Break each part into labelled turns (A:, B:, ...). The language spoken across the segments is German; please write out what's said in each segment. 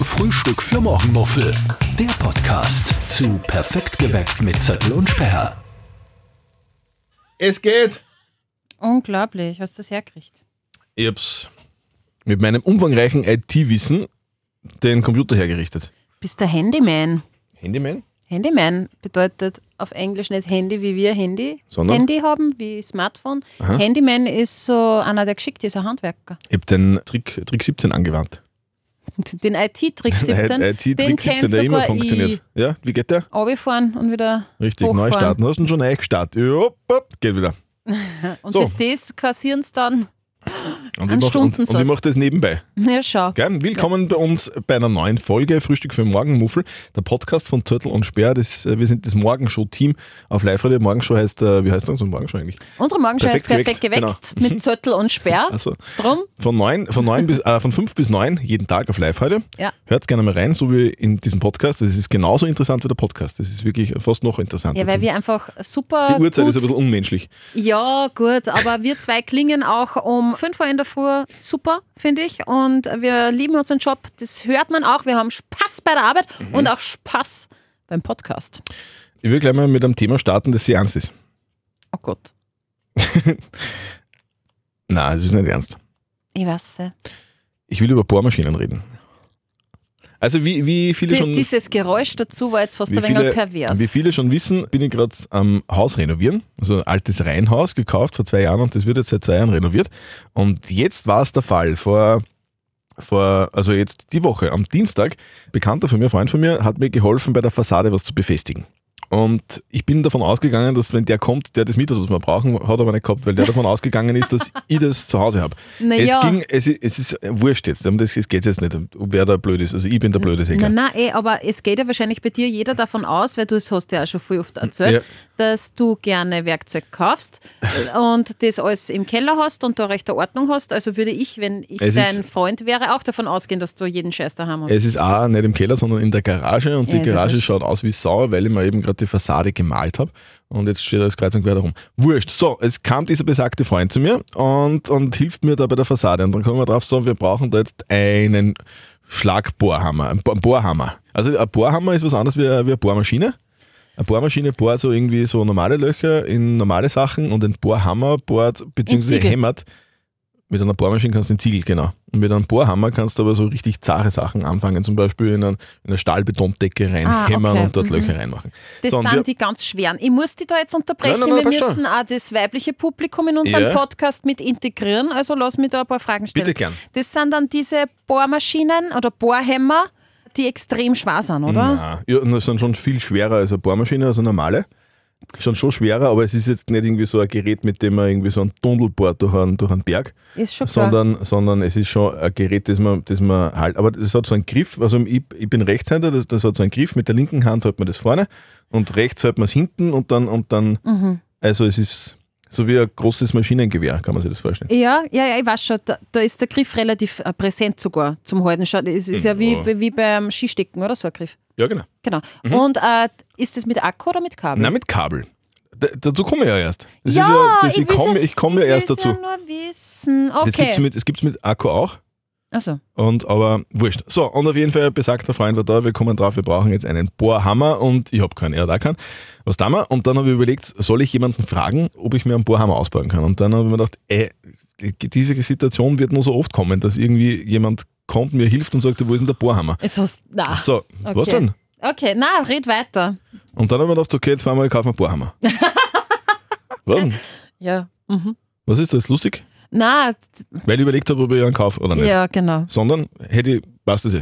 A: Frühstück für Morgenmuffel. Der Podcast zu Perfekt geweckt mit Zettel und Sperr.
B: Es geht!
C: Unglaublich, hast du das herkriegt.
B: Ich hab's mit meinem umfangreichen IT-Wissen den Computer hergerichtet.
C: Bist der Handyman.
B: Handyman?
C: Handyman bedeutet auf Englisch nicht Handy, wie wir Handy.
B: Sondern?
C: Handy haben, wie Smartphone. Handyman ist so einer, der geschickt ist, ein Handwerker.
B: Ich hab den Trick, Trick 17 angewandt.
C: Den IT-Trick 17, den
B: IT-Trick
C: kennt
B: 17, der
C: sogar
B: immer funktioniert.
C: ich.
B: Ja, wie geht der?
C: Runterfahren und wieder
B: Richtig,
C: hochfahren.
B: neu starten. Hast du ihn schon neu gestartet? Jupp, upp, geht wieder.
C: Und
B: So.
C: für das kassieren sie dann.
B: Und
C: Ein
B: ich mach- und, und
C: Stundensatz.
B: ich mache das nebenbei.
C: Ja, schau.
B: Gell? Willkommen bei uns bei einer neuen Folge Frühstück für Morgenmuffel, der Podcast von Zürtel und Sperr. Das, äh, wir sind das Morgenshow-Team auf live radio Morgenshow heißt, äh, wie heißt unsere Morgenshow eigentlich?
C: Unsere Morgenschau ist perfekt
B: Perfekt geweckt, Genau.
C: geweckt mit Zöttel und Sperr.
B: Also
C: Drum,
B: von neun, von neun bis, äh, von fünf bis neun jeden Tag auf live radio
C: Ja.
B: Hört gerne mal rein, so wie in diesem Podcast. Das ist genauso interessant wie der Podcast. Das ist wirklich fast noch interessanter.
C: ja, weil wir einfach super
B: Die Uhrzeit
C: gut
B: ist ein bisschen unmenschlich.
C: Ja, gut, aber wir zwei klingen auch um 5 Uhr in der Früh super, finde ich. Und wir lieben unseren Job. Das hört man auch. Wir haben Spaß bei der Arbeit
B: Mhm.
C: und auch Spaß beim Podcast.
B: Ich will gleich mal mit einem Thema starten, das sehr ernst ist.
C: Oh Gott,
B: Nein, es ist nicht ernst.
C: ich weiß es.
B: Ich will über Bohrmaschinen reden. Also wie, wie viele schon...
C: Die, dieses Geräusch dazu war jetzt fast
B: Wie
C: ein wenig
B: viele-
C: pervers.
B: Wie viele schon wissen, bin ich gerade am Haus renovieren. Also ein altes Reihenhaus gekauft vor zwei Jahren und das wird jetzt seit zwei Jahren renoviert. Und jetzt war es der Fall. Vor, vor, also jetzt die Woche, am Dienstag, ein Bekannter von mir, ein Freund von mir, hat mir geholfen, bei der Fassade was zu befestigen. Und ich bin davon ausgegangen, dass wenn der kommt, der das mit hat, was wir brauchen, hat er aber nicht gehabt, weil der davon ausgegangen ist, dass ich das zu Hause habe.
C: Naja.
B: Es ging, es, ist- es ist wurscht jetzt, um das geht jetzt nicht, um wer da blöd ist. Also ich bin der Blöde, ist egal.
C: Nein, nein, eh, aber es geht ja wahrscheinlich bei dir jeder davon aus, weil du es hast ja auch schon viel oft erzählt,
B: Ja.
C: dass du gerne Werkzeug kaufst und das alles im Keller hast und da recht eine Ordnung hast. Also würde ich, wenn ich
B: Es ist-
C: dein Freund wäre, auch davon ausgehen, dass du jeden Scheiß daheim hast.
B: Es ist auch nicht im Keller, sondern in der Garage und
C: Ja,
B: die
C: ist ja
B: Garage
C: wurscht.
B: schaut aus wie Sau, weil ich mir eben gerade die Fassade gemalt habe und jetzt steht alles kreuz und quer darum. Wurscht. So, es kam dieser besagte Freund zu mir und, und hilft mir da bei der Fassade und dann kommen wir drauf, so, wir brauchen da jetzt einen Schlagbohrhammer, einen Bo- einen Bohrhammer. Also ein Bohrhammer ist was anderes wie eine, wie eine Bohrmaschine. Eine Bohrmaschine bohrt so irgendwie so normale Löcher in normale Sachen und ein Bohrhammer bohrt bzw.
C: Ziegel.
B: hämmert. Mit einer Bohrmaschine kannst du den Ziegel, genau. Und mit einem Bohrhammer kannst du aber so richtig zahre Sachen anfangen, zum Beispiel in eine, in eine Stahlbetondecke
C: Ah,
B: reinhämmern
C: okay.
B: und dort
C: Mhm.
B: Löcher reinmachen.
C: Das
B: So, und wir-
C: sind die ganz schweren. Ich muss die da jetzt unterbrechen.
B: Nein, nein, nein,
C: Wir
B: passt
C: müssen auch das weibliche Publikum in unseren
B: Ja.
C: Podcast mit integrieren. Also lass mich da ein paar Fragen stellen.
B: Bitte gern.
C: Das sind dann diese Bohrmaschinen oder Bohrhämmer, die extrem schwer sind, oder?
B: Nein. Ja, und das sind schon viel schwerer als eine Bohrmaschine, also normale. Schon schon schwerer, aber es ist jetzt nicht irgendwie so ein Gerät, mit dem man irgendwie so einen Tunnel bohrt durch einen, durch einen Berg,
C: Ist schon klar.
B: sondern, sondern es ist schon ein Gerät, das man, das man halt, aber das hat so einen Griff, also ich, ich bin Rechtshänder, das, das hat so einen Griff, mit der linken Hand hält man das vorne und rechts hält man es hinten und dann, und dann,
C: Mhm.
B: also es ist so wie ein großes Maschinengewehr, kann man sich das vorstellen.
C: Ja, ja, ja, ich weiß schon, da, da ist der Griff relativ äh, präsent sogar zum Halten. Schau, das ist ja wie,
B: Ja.
C: wie- wie beim Skistecken, oder so ein Griff.
B: Ja, genau.
C: Genau. Und äh, ist das mit Akku oder mit Kabel?
B: Nein, mit Kabel. D dazu komme ich ja erst. Das
C: Ja,
B: ist ja, das, ich
C: ich will's
B: komme
C: ja-
B: ich komm ja
C: Ich
B: erst
C: will's
B: dazu.
C: Ja nur wissen.
B: Das gibt's
C: Okay.
B: mit, es gibt's mit Akku auch.
C: Also,
B: Und aber wurscht. So, und auf jeden Fall besagter Freund war da, wir kommen drauf, wir brauchen jetzt einen Bohrhammer und ich habe keinen, er hat auch keinen. Was da mal? Und dann habe ich überlegt, soll ich jemanden fragen, ob ich mir einen Bohrhammer ausbauen kann? Und dann habe ich mir gedacht, äh, diese Situation wird nur so oft kommen, dass irgendwie jemand kommt, mir hilft und sagt, wo ist denn der Bohrhammer?
C: jetzt hast du. Na.
B: So, was
C: Ah, okay.
B: denn?
C: Okay, na, red weiter.
B: Und dann habe ich mir gedacht, okay, jetzt fahren wir, kaufen wir einen Bohrhammer. was denn?
C: Ja. Mhm.
B: Was ist das? Lustig?
C: Na,
B: Weil ich überlegt habe, ob ich einen kaufe oder nicht.
C: ja, genau.
B: Sondern hätte ich, passt das eh.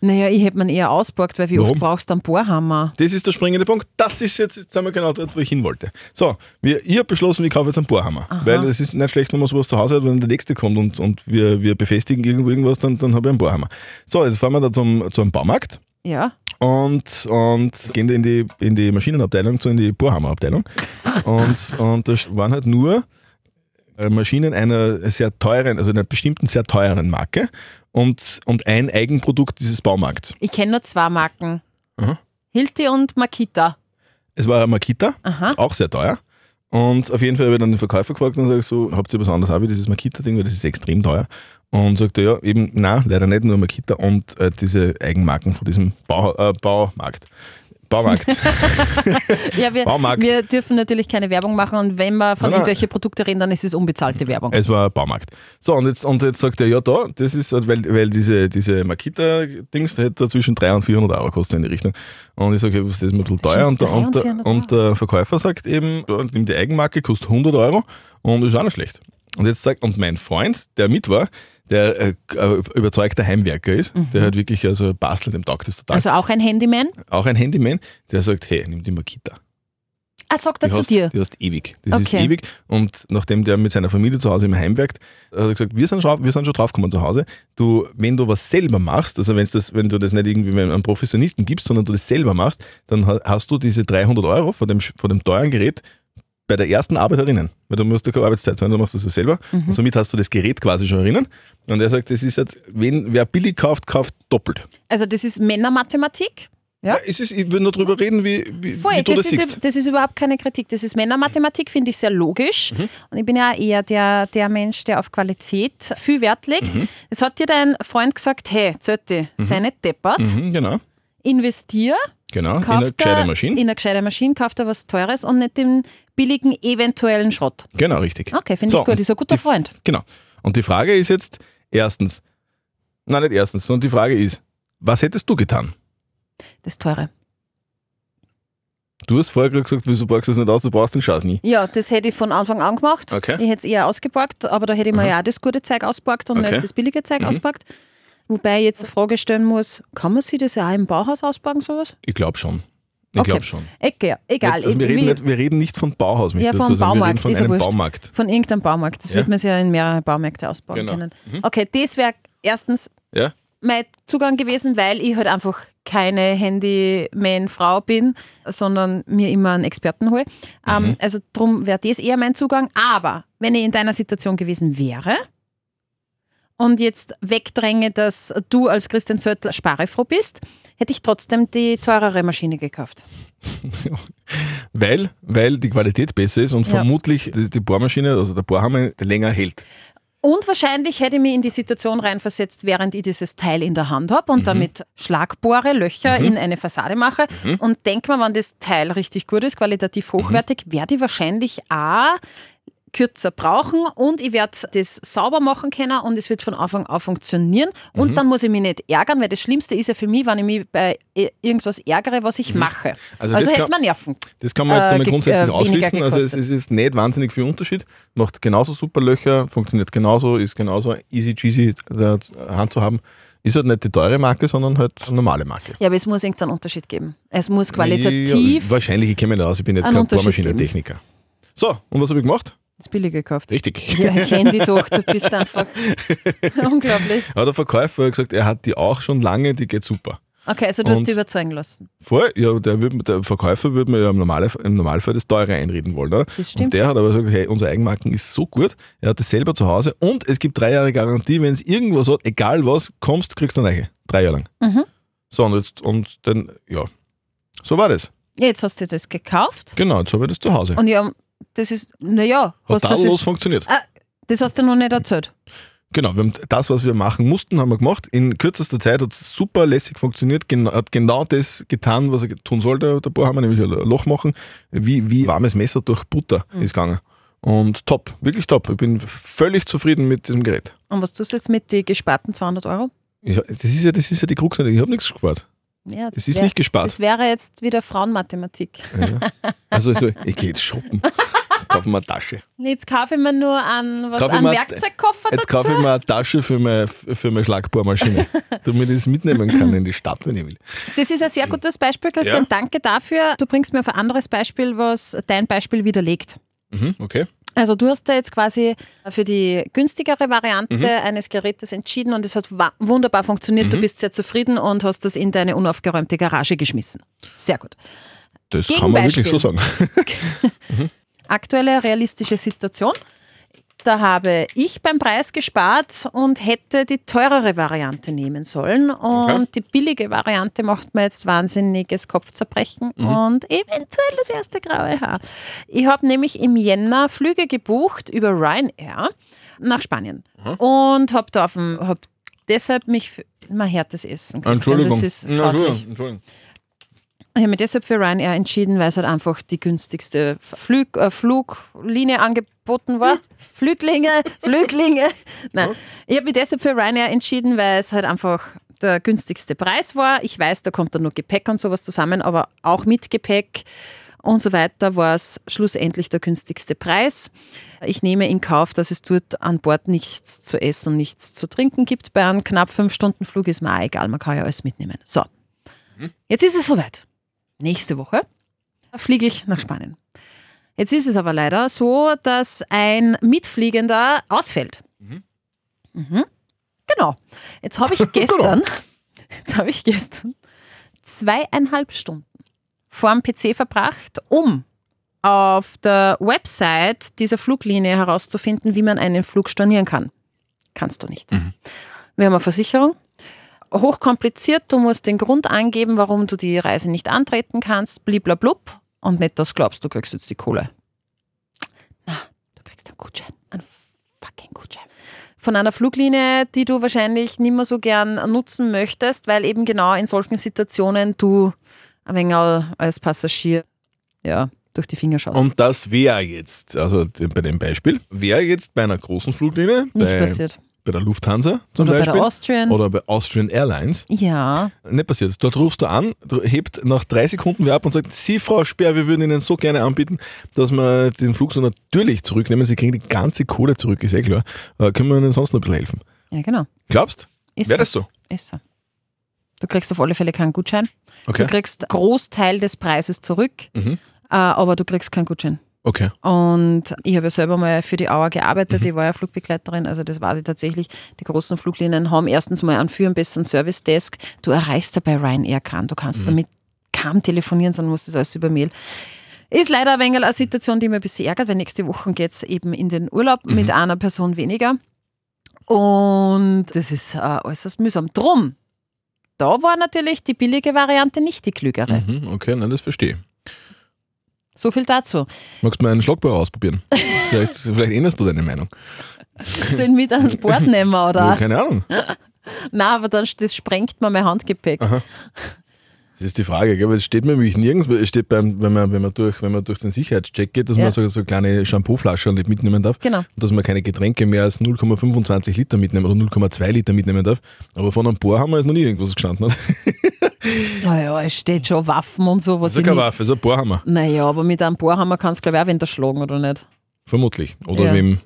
C: Naja, ich hätte man eher ausgeborgt, weil wie
B: Warum?
C: oft brauchst du einen Bohrhammer?
B: Das ist der springende Punkt. Das ist jetzt, jetzt sind wir genau dort, wo ich hin wollte. So, wir, ihr habt beschlossen, ich kaufe jetzt einen Bohrhammer. Weil es ist nicht schlecht, wenn man sowas zu Hause hat, wenn der nächste kommt und, und wir, wir befestigen irgendwo irgendwas, dann, dann habe ich einen Bohrhammer. So, jetzt fahren wir da zum, zum Baumarkt
C: Ja.
B: und, und gehen da in die, in die Maschinenabteilung, zu in die Bohrhammerabteilung. Und, und da waren halt nur äh, Maschinen einer sehr teuren, also einer bestimmten sehr teuren Marke und, und ein Eigenprodukt dieses Baumarkts.
C: Ich kenne nur zwei Marken.
B: Aha.
C: Hilti und Makita.
B: Es war eine Makita,
C: Aha.
B: ist auch sehr teuer. Und auf jeden Fall habe ich dann den Verkäufer gefragt und sage so, habt ihr was anderes auch wie dieses Makita-Ding, weil das ist extrem teuer. Und sagte, ja, eben, na leider nicht, nur Makita und äh, diese Eigenmarken von diesem Bau, äh, Baumarkt. Baumarkt.
C: Ja, wir,
B: Baumarkt.
C: wir dürfen natürlich keine Werbung machen und wenn wir von
B: Nein, Äh, nein.
C: irgendwelchen Produkten reden, dann ist es unbezahlte Werbung.
B: Es war Baumarkt. So, und jetzt, und jetzt sagt er, ja, da, das ist, halt, weil, weil diese, diese Makita-Dings hätte da zwischen 300 und 400 Euro kostet in die Richtung. Und ich sage, okay, was, das ist mir ein bisschen teuer. Und, der-
C: 300
B: und,
C: und
B: der- und der Verkäufer sagt eben, ja, nimm die Eigenmarke, kostet 100 Euro und ist auch nicht schlecht. Und jetzt sagt, und mein Freund, der mit war, der äh, äh, überzeugter Heimwerker ist, der halt wirklich also bastelt im Tag, das total.
C: Also auch ein Handyman.
B: auch ein Handyman, der sagt, hey, nimm die Makita.
C: Ah, sagt
B: Die
C: er zu
B: hast,
C: dir.
B: Die hast ewig. Das ist
C: Okay.
B: ewig. Und nachdem der mit seiner Familie zu Hause immer heimwerkt, hat er gesagt, wir sind schon, wir sind schon draufgekommen zu Hause. Du, wenn du was selber machst, also wenn's das, wenn du das nicht irgendwie einem Professionisten gibst, sondern du das selber machst, dann ha- hast du diese 300 Euro von dem, von dem teuren Gerät bei der ersten Arbeit erinnern. Weil du musst ja keine Arbeitszeit sein, du machst das ja selber.
C: Mhm.
B: Und somit hast du das Gerät quasi schon erinnern. Und er sagt, das ist jetzt, wenn, wer billig kauft, kauft doppelt.
C: Also das ist Männermathematik. Ja.
B: Es ist, ich will nur drüber reden, wie, wie,
C: Voll,
B: wie du
C: das,
B: das,
C: ist,
B: siehst.
C: üb- das ist überhaupt keine Kritik. Das ist Männermathematik, finde ich sehr logisch.
B: Mhm.
C: Und ich bin ja eher der, der Mensch, der auf Qualität viel Wert legt.
B: Mhm.
C: Es hat dir dein Freund gesagt, hey, Zötti, sei nicht deppert,
B: Mhm, genau.
C: investier,
B: Genau, in eine
C: kauft
B: gescheite Maschine.
C: in eine gescheite Maschine, kauft er was Teures und nicht den billigen eventuellen Schrott.
B: Genau, richtig.
C: Okay, Ah, finde ich gut, ist ein guter
B: die,
C: Freund.
B: Genau. Und die Frage ist jetzt, erstens, nein, nicht erstens, sondern die Frage ist, was hättest du getan?
C: Das Teure.
B: Du hast vorher gerade gesagt, wieso borgst du das nicht aus, du brauchst den Schatz nie.
C: Ja, das hätte ich von Anfang an gemacht.
B: Okay. Mhm.
C: Ich hätte es eher ausgeborgt, aber da hätte ich mir ja auch das gute Zeug ausgeborgt und
B: Okay. Mhm.
C: nicht das billige Zeug ausgeborgt. Wobei ich jetzt die Frage stellen muss, kann man sich das ja auch im Bauhaus ausborgen, sowas?
B: Ich glaube schon. Ich
C: Okay.
B: glaube schon.
C: Ecke, egal.
B: Also wir,
C: Wie-
B: reden nicht, wir reden nicht von Bauhaus, möchte
C: ja,
B: ich
C: vom
B: dazu sagen.
C: Baumarkt,
B: Wir
C: ist
B: reden
C: ja
B: von einem
C: wurscht.
B: Baumarkt.
C: Von irgendeinem Baumarkt. Das
B: Ja.
C: wird man sich ja in mehrere Baumärkte ausbauen
B: Genau.
C: können. Okay, das wäre erstens
B: Ja?
C: mein Zugang gewesen, weil ich halt einfach keine Handyman-Frau bin, sondern mir immer einen Experten hole. Ähm, also drum wäre das eher mein Zugang. Aber wenn ich in deiner Situation gewesen wäre und jetzt wegdränge, dass du als Christian Zörtl sparefroh bist, hätte ich trotzdem die teurere Maschine gekauft.
B: Weil, weil die Qualität besser ist und
C: Ja.
B: vermutlich die, die Bohrmaschine, also der Bohrhammer, länger hält.
C: Und wahrscheinlich hätte ich mich in die Situation reinversetzt, während ich dieses Teil in der Hand
B: Mhm.
C: habe und damit Schlagbohre, Löcher in eine Fassade mache.
B: Mhm.
C: Und denk mal, wenn das Teil richtig gut ist, qualitativ hochwertig, werde ich wahrscheinlich auch kürzer brauchen und ich werde das sauber machen können und es wird von Anfang an funktionieren.
B: Mhm.
C: Und dann muss ich mich nicht ärgern, weil das Schlimmste ist ja für mich, wenn ich mich bei i- irgendwas ärgere, was ich mache. Also,
B: Also das
C: hätte es
B: kann-
C: mir Nerven.
B: Das kann man jetzt
C: äh,
B: damit
C: ge- äh,
B: grundsätzlich
C: weniger
B: ausschließen. Also es
C: gekostet.
B: ist jetzt nicht wahnsinnig viel Unterschied. Macht genauso super Löcher, funktioniert genauso, ist genauso easy cheesy der Hand zu haben. Ist halt nicht die teure Marke, sondern halt eine normale Marke.
C: Ja, aber es muss irgendeinen Unterschied geben. Es muss qualitativ
B: Ja, wahrscheinlich, ich kenne mich da aus, ich bin jetzt
C: einen
B: kein
C: Unterschied
B: Bohrmaschinentechniker. So, und was habe ich gemacht?
C: das Billige gekauft.
B: Richtig.
C: Ja, ich kenn die doch, du bist einfach unglaublich.
B: Hat der Verkäufer gesagt, er hat die auch schon lange, die geht super.
C: Okay, also du hast
B: Und-
C: dich überzeugen lassen.
B: Voll, ja, der, würd, der Verkäufer würde mir ja im, Normale, im Normalfall das teure einreden wollen. ne? Oder?
C: Das stimmt.
B: Und der hat aber gesagt, hey, unser Eigenmarken ist so gut, er hat es selber zu Hause und es gibt drei Jahre Garantie, wenn es irgendwas hat, egal was, kommst, kriegst du eine neue. Drei Jahre lang.
C: Mhm.
B: So, und, jetzt, und dann, ja, so war das.
C: Jetzt hast du das gekauft
B: Genau, jetzt habe ich das zu Hause.
C: und ja, das ist, naja,
B: Hat
C: hast du das,
B: tadellos funktioniert.
C: ah, das hast du noch nicht erzählt.
B: Genau, wir haben das, was wir machen mussten, haben wir gemacht. In kürzester Zeit hat es super lässig funktioniert, Gen hat genau das getan, was er tun sollte. Der Bohrhammer, nämlich ein Loch machen, wie, wie warmes Messer durch Butter
C: Mhm.
B: ist gegangen. Und top, wirklich top. Ich bin völlig zufrieden mit diesem Gerät.
C: Und was tust du jetzt mit den gesparten 200 Euro?
B: Ich, das, ist ja, das ist ja die Krux, ich habe nichts gespart.
C: Ja,
B: Es ist
C: wär-
B: nicht gespart.
C: Das wäre jetzt wieder Frauenmathematik.
B: Also, also ich gehe jetzt shoppen, kaufe mir eine Tasche.
C: Jetzt kaufe ich mir nur einen, was,
B: Kauf ich
C: einen
B: mir-
C: Werkzeugkoffer
B: Jetzt
C: dazu.
B: kaufe ich mir eine Tasche für meine, für meine Schlagbohrmaschine, damit ich es mitnehmen kann in die Stadt, wenn ich will.
C: Das ist ein sehr gutes Beispiel, Christian.
B: Ja.
C: Danke dafür. Du bringst mir auf ein anderes Beispiel, was dein Beispiel widerlegt.
B: Mhm, okay.
C: Also du hast da jetzt quasi für die günstigere Variante eines Gerätes entschieden und es hat wa- wunderbar funktioniert. Du bist sehr zufrieden und hast das in deine unaufgeräumte Garage geschmissen. Sehr gut.
B: Das kann man wirklich
C: Gegenbeispiel.
B: so sagen.
C: Aktuelle realistische Situation. Da habe ich beim Preis gespart und hätte die teurere Variante nehmen sollen. Und
B: Okay.
C: die billige Variante macht mir jetzt wahnsinniges Kopfzerbrechen
B: Mhm.
C: und eventuell das erste graue Haar. Ich habe nämlich im Jänner Flüge gebucht über Ryanair nach Spanien und habe da auf dem, hab deshalb mich, für- man hört das Essen. Christian,
B: Entschuldigung.
C: das ist
B: Ja,
C: grauslich.
B: Entschuldigung. Entschuldigung.
C: Ich habe mich deshalb für Ryanair entschieden, weil es halt einfach die günstigste Flug, äh, Fluglinie angeboten war. Flüglinge, Flüglinge. Nein, ich habe mich deshalb für Ryanair entschieden, weil es halt einfach der günstigste Preis war. Ich weiß, da kommt dann nur Gepäck und sowas zusammen, aber auch mit Gepäck und so weiter war es schlussendlich der günstigste Preis. Ich nehme in Kauf, dass es dort an Bord nichts zu essen und nichts zu trinken gibt. Bei einem knapp fünf Stunden Flug ist mir auch egal, man kann ja alles mitnehmen. So, jetzt ist es soweit nächste Woche fliege ich nach Spanien. Jetzt ist es aber leider so, dass ein Mitfliegender ausfällt. Mhm. Genau. Jetzt habe ich gestern, jetzt habe ich gestern zweieinhalb Stunden vorm PC verbracht, um auf der Website dieser Fluglinie herauszufinden, wie man einen Flug stornieren kann. Kannst du nicht.
B: Mhm.
C: Wir haben eine Versicherung, hochkompliziert, du musst den Grund angeben, warum du die Reise nicht antreten kannst, bliblablub. Und nicht das glaubst, du kriegst jetzt die Kohle. Na, du kriegst einen Gutschein. Einen fucking Gutschein. Von einer Fluglinie, die du wahrscheinlich nicht mehr so gern nutzen möchtest, weil eben genau in solchen Situationen du ein wenig als Passagier ja, durch die Finger schaust.
B: Und das wäre jetzt, also bei dem Beispiel, wäre jetzt bei einer großen Fluglinie,
C: nicht
B: bei,
C: passiert.
B: bei der Lufthansa zum
C: Oder bei
B: Beispiel,
C: der Austrian.
B: oder bei Austrian Airlines,
C: ja,
B: nicht passiert. Dort rufst du an, du hebt nach drei Sekunden wer ab und sagt, Sie, Frau Speer, wir würden Ihnen so gerne anbieten, dass wir den Flug so natürlich zurücknehmen. Sie kriegen die ganze Kohle zurück, ist eh klar. Äh, können wir Ihnen sonst noch ein bisschen helfen?
C: ja genau.
B: Glaubst?
C: Ist
B: Wäre das so?
C: Ist so. Du kriegst auf alle Fälle keinen Gutschein.
B: Okay.
C: Du kriegst einen Großteil des Preises zurück,
B: Mhm.
C: äh, aber du kriegst keinen Gutschein.
B: Okay.
C: Und ich habe ja selber mal für die Auer gearbeitet, ich war ja Flugbegleiterin, also das war sie tatsächlich. Die großen Fluglinien haben erstens mal einen für einen besseren Service-Desk. Du erreichst da bei Ryanair keinen. Du kannst damit kaum telefonieren, sondern musst das alles über Mail. Ist leider ein wenig eine Situation, die mich ein bisschen ärgert, weil nächste Woche geht es eben in den Urlaub mit einer Person weniger. Und das ist äh, äußerst mühsam. Drum, da war natürlich die billige Variante nicht die klügere.
B: Mhm, okay, nein, das verstehe.
C: So viel dazu.
B: Magst du mal einen Schlagbohrer ausprobieren? vielleicht, vielleicht änderst du deine Meinung.
C: Sollen wir dann an Bord nehmen
B: Du,
C: oder?
B: keine Ahnung.
C: Nein, aber dann das sprengt mir mein Handgepäck.
B: Ah. Das ist die Frage, gell? weil es steht mir nämlich nirgends, weil es steht beim, wenn, man, wenn, man durch, wenn man durch den Sicherheitscheck geht, dass
C: Ja.
B: man so, so kleine Shampooflaschen nicht mitnehmen darf.
C: Genau.
B: Und dass man keine Getränke mehr als 0,25 Liter mitnehmen oder 0,2 Liter mitnehmen darf. Aber von einem Bohrhammer ist noch nie irgendwas gestanden. Hat.
C: Naja, es steht schon Waffen und so, was
B: Das ist ja
C: ich
B: keine
C: nicht.
B: Waffe, das ist ein Bohrhammer.
C: Naja, aber mit einem Bohrhammer kannst du, glaube ich, auch wen da schlagen, oder nicht?
B: Vermutlich. Oder
C: Ja.
B: wem.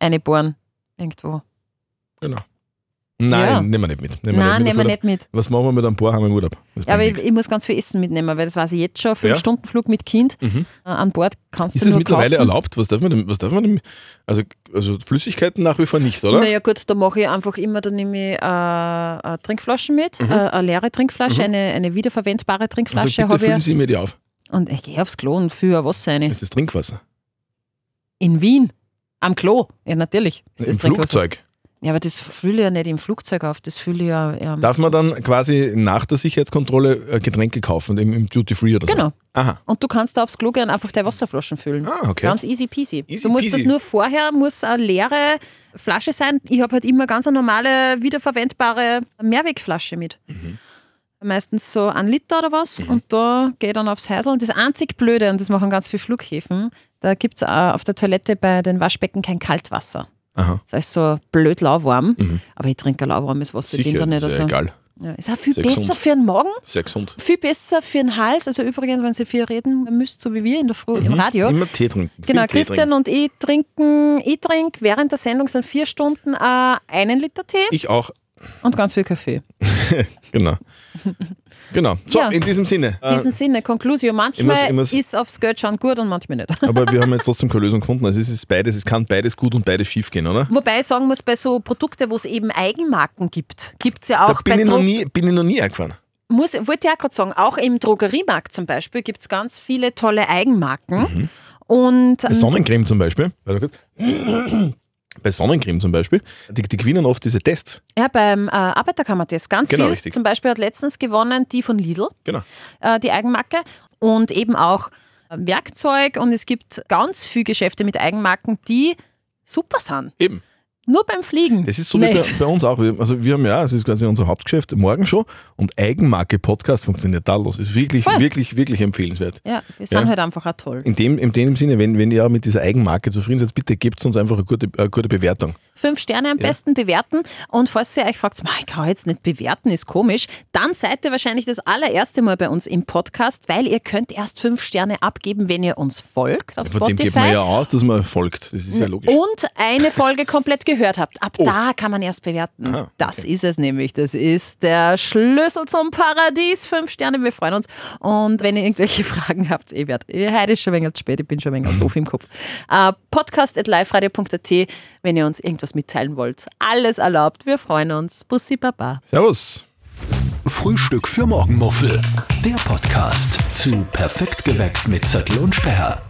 C: Eine bohren. Irgendwo.
B: Genau. Nein,
C: Ja.
B: nehmen wir nicht mit. Nehmen wir
C: Nein,
B: mit.
C: nehmen wir nicht mit.
B: Was machen wir mit einem Bohrhammer im Urlaub? Das
C: Ja, aber
B: bringt
C: ich,
B: nichts.
C: ich muss ganz viel Essen mitnehmen, weil das weiß ich jetzt schon. Fünf
B: Ja?
C: Stunden Flug mit Kind
B: Mhm.
C: äh, an Bord kannst
B: ist
C: du
B: das
C: nur
B: mittlerweile
C: kaufen.
B: erlaubt? Was darf man denn? Was darf man denn also, also Flüssigkeiten nach wie vor nicht, oder?
C: Naja gut, da mache ich einfach immer, da nehme ich äh, äh, Trinkflaschen mit,
B: Mhm.
C: äh, eine leere Trinkflasche, eine, eine wiederverwendbare Trinkflasche
B: also bitte
C: habe
B: füllen
C: ich.
B: Sie mir die auf.
C: Und ich gehe aufs Klo und führe Wasser rein.
B: Ist das Trinkwasser?
C: In Wien. Am Klo. Ja, natürlich. Ist
B: Im
C: das Trinkwasser.
B: Flugzeug.
C: Ja, aber das fülle ich ja nicht im Flugzeug auf, das fülle ich ja. Ähm,
B: Darf man dann quasi nach der Sicherheitskontrolle äh, Getränke kaufen, im, im Duty Free oder so?
C: genau.
B: Aha.
C: Und du kannst da aufs Klo gehen, einfach deine Wasserflaschen füllen.
B: Ah, okay.
C: Ganz easy peasy.
B: Easy
C: du musst
B: peasy.
C: das nur vorher, muss eine leere Flasche sein. Ich habe halt immer ganz eine normale, wiederverwendbare Mehrwegflasche mit.
B: Mhm.
C: Meistens so ein Liter oder was und da gehe ich dann aufs Häusl. Und das einzig Blöde, und das machen ganz viele Flughäfen, da gibt es auf der Toilette bei den Waschbecken kein Kaltwasser.
B: Aha.
C: Das heißt so blöd lauwarm, aber ich trinke lauwarmes Wasser im Winter nicht.
B: Mhm. ist ja
C: Also.
B: egal.
C: Ja, ist auch viel
B: Sehr
C: besser
B: gesund.
C: für den Magen,
B: Sehr gesund.
C: viel besser für den Hals. Also übrigens, wenn Sie viel reden müsst, so wie wir in der Früh im Radio.
B: Immer Tee trinken.
C: Genau,
B: Mhm. Viel Tee
C: Christian
B: trinken.
C: und ich trinken, ich trinke während der Sendung sind vier Stunden äh, einen Liter Tee
B: Ich auch.
C: und ganz viel Kaffee.
B: Genau. genau. So,
C: Ja.
B: in diesem Sinne.
C: In diesem Sinne, Conclusio, manchmal
B: Äh, ich muss-
C: ist aufs Geld schauen gut und manchmal nicht.
B: äh, aber wir haben jetzt trotzdem keine Lösung gefunden. Also es ist beides, es kann beides gut und beides schief gehen, oder?
C: Wobei ich sagen muss, bei so Produkten, wo es eben Eigenmarken gibt, gibt es ja auch
B: da
C: bei
B: bin ich, noch
C: Druck-
B: nie, bin ich noch nie eingefahren.
C: muss,
B: Mhm.
C: wollte ich auch gerade sagen, auch im Drogeriemarkt zum Beispiel gibt es ganz viele tolle Eigenmarken. Und
B: Bei Sonnencreme zum Beispiel, warte kurz. bei Sonnencreme zum Beispiel, die, die gewinnen oft diese Tests.
C: ja, beim äh, Arbeiterkammertest ganz
B: Genau,
C: viel.
B: richtig.
C: Zum Beispiel hat letztens gewonnen die von Lidl,
B: Genau.
C: äh, die Eigenmarke. Und eben auch äh, Werkzeug. Und es gibt ganz viele Geschäfte mit Eigenmarken, die super sind.
B: Eben.
C: Nur beim Fliegen.
B: Das ist so wie bei,
C: Nicht.
B: bei uns auch. Wir- Also wir haben ja, es ist quasi unser Hauptgeschäft, morgen schon. Und Eigenmarke Podcast funktioniert tadellos. Ist wirklich,
C: Voll.
B: wirklich, wirklich empfehlenswert.
C: Ja, wir sind
B: Ja.
C: halt einfach auch toll.
B: In dem, in dem Sinne, wenn, wenn ihr auch mit dieser Eigenmarke zufrieden seid, bitte gebt uns einfach eine gute, eine gute Bewertung.
C: Fünf Sterne am besten bewerten. Und falls ihr euch fragt, "Ma, ich kann jetzt nicht bewerten, ist komisch, dann seid ihr wahrscheinlich das allererste Mal bei uns im Podcast, weil ihr könnt erst fünf Sterne abgeben, wenn ihr uns folgt auf
B: Von dem geht
C: Spotify.
B: man
C: Oh.
B: ja aus, dass man folgt. Das ist ja logisch.
C: Und eine Folge komplett gehört habt. Ab da kann man erst bewerten.
B: Ah, okay.
C: Das ist es nämlich. Das ist der Schlüssel zum Paradies. Fünf Sterne, wir freuen uns. Und wenn ihr irgendwelche Fragen habt, ihr werdet, ihr heute ist schon ein wenig spät, ich bin schon ein wenig doof im Kopf. Uh, Podcast at liveradio.at, wenn ihr uns irgendwas mitteilen wollt. Alles erlaubt. Wir freuen uns. Bussi Baba.
B: Servus.
A: Frühstück für Morgenmuffel. Der Podcast zu Perfekt geweckt mit Zettel und Sperr.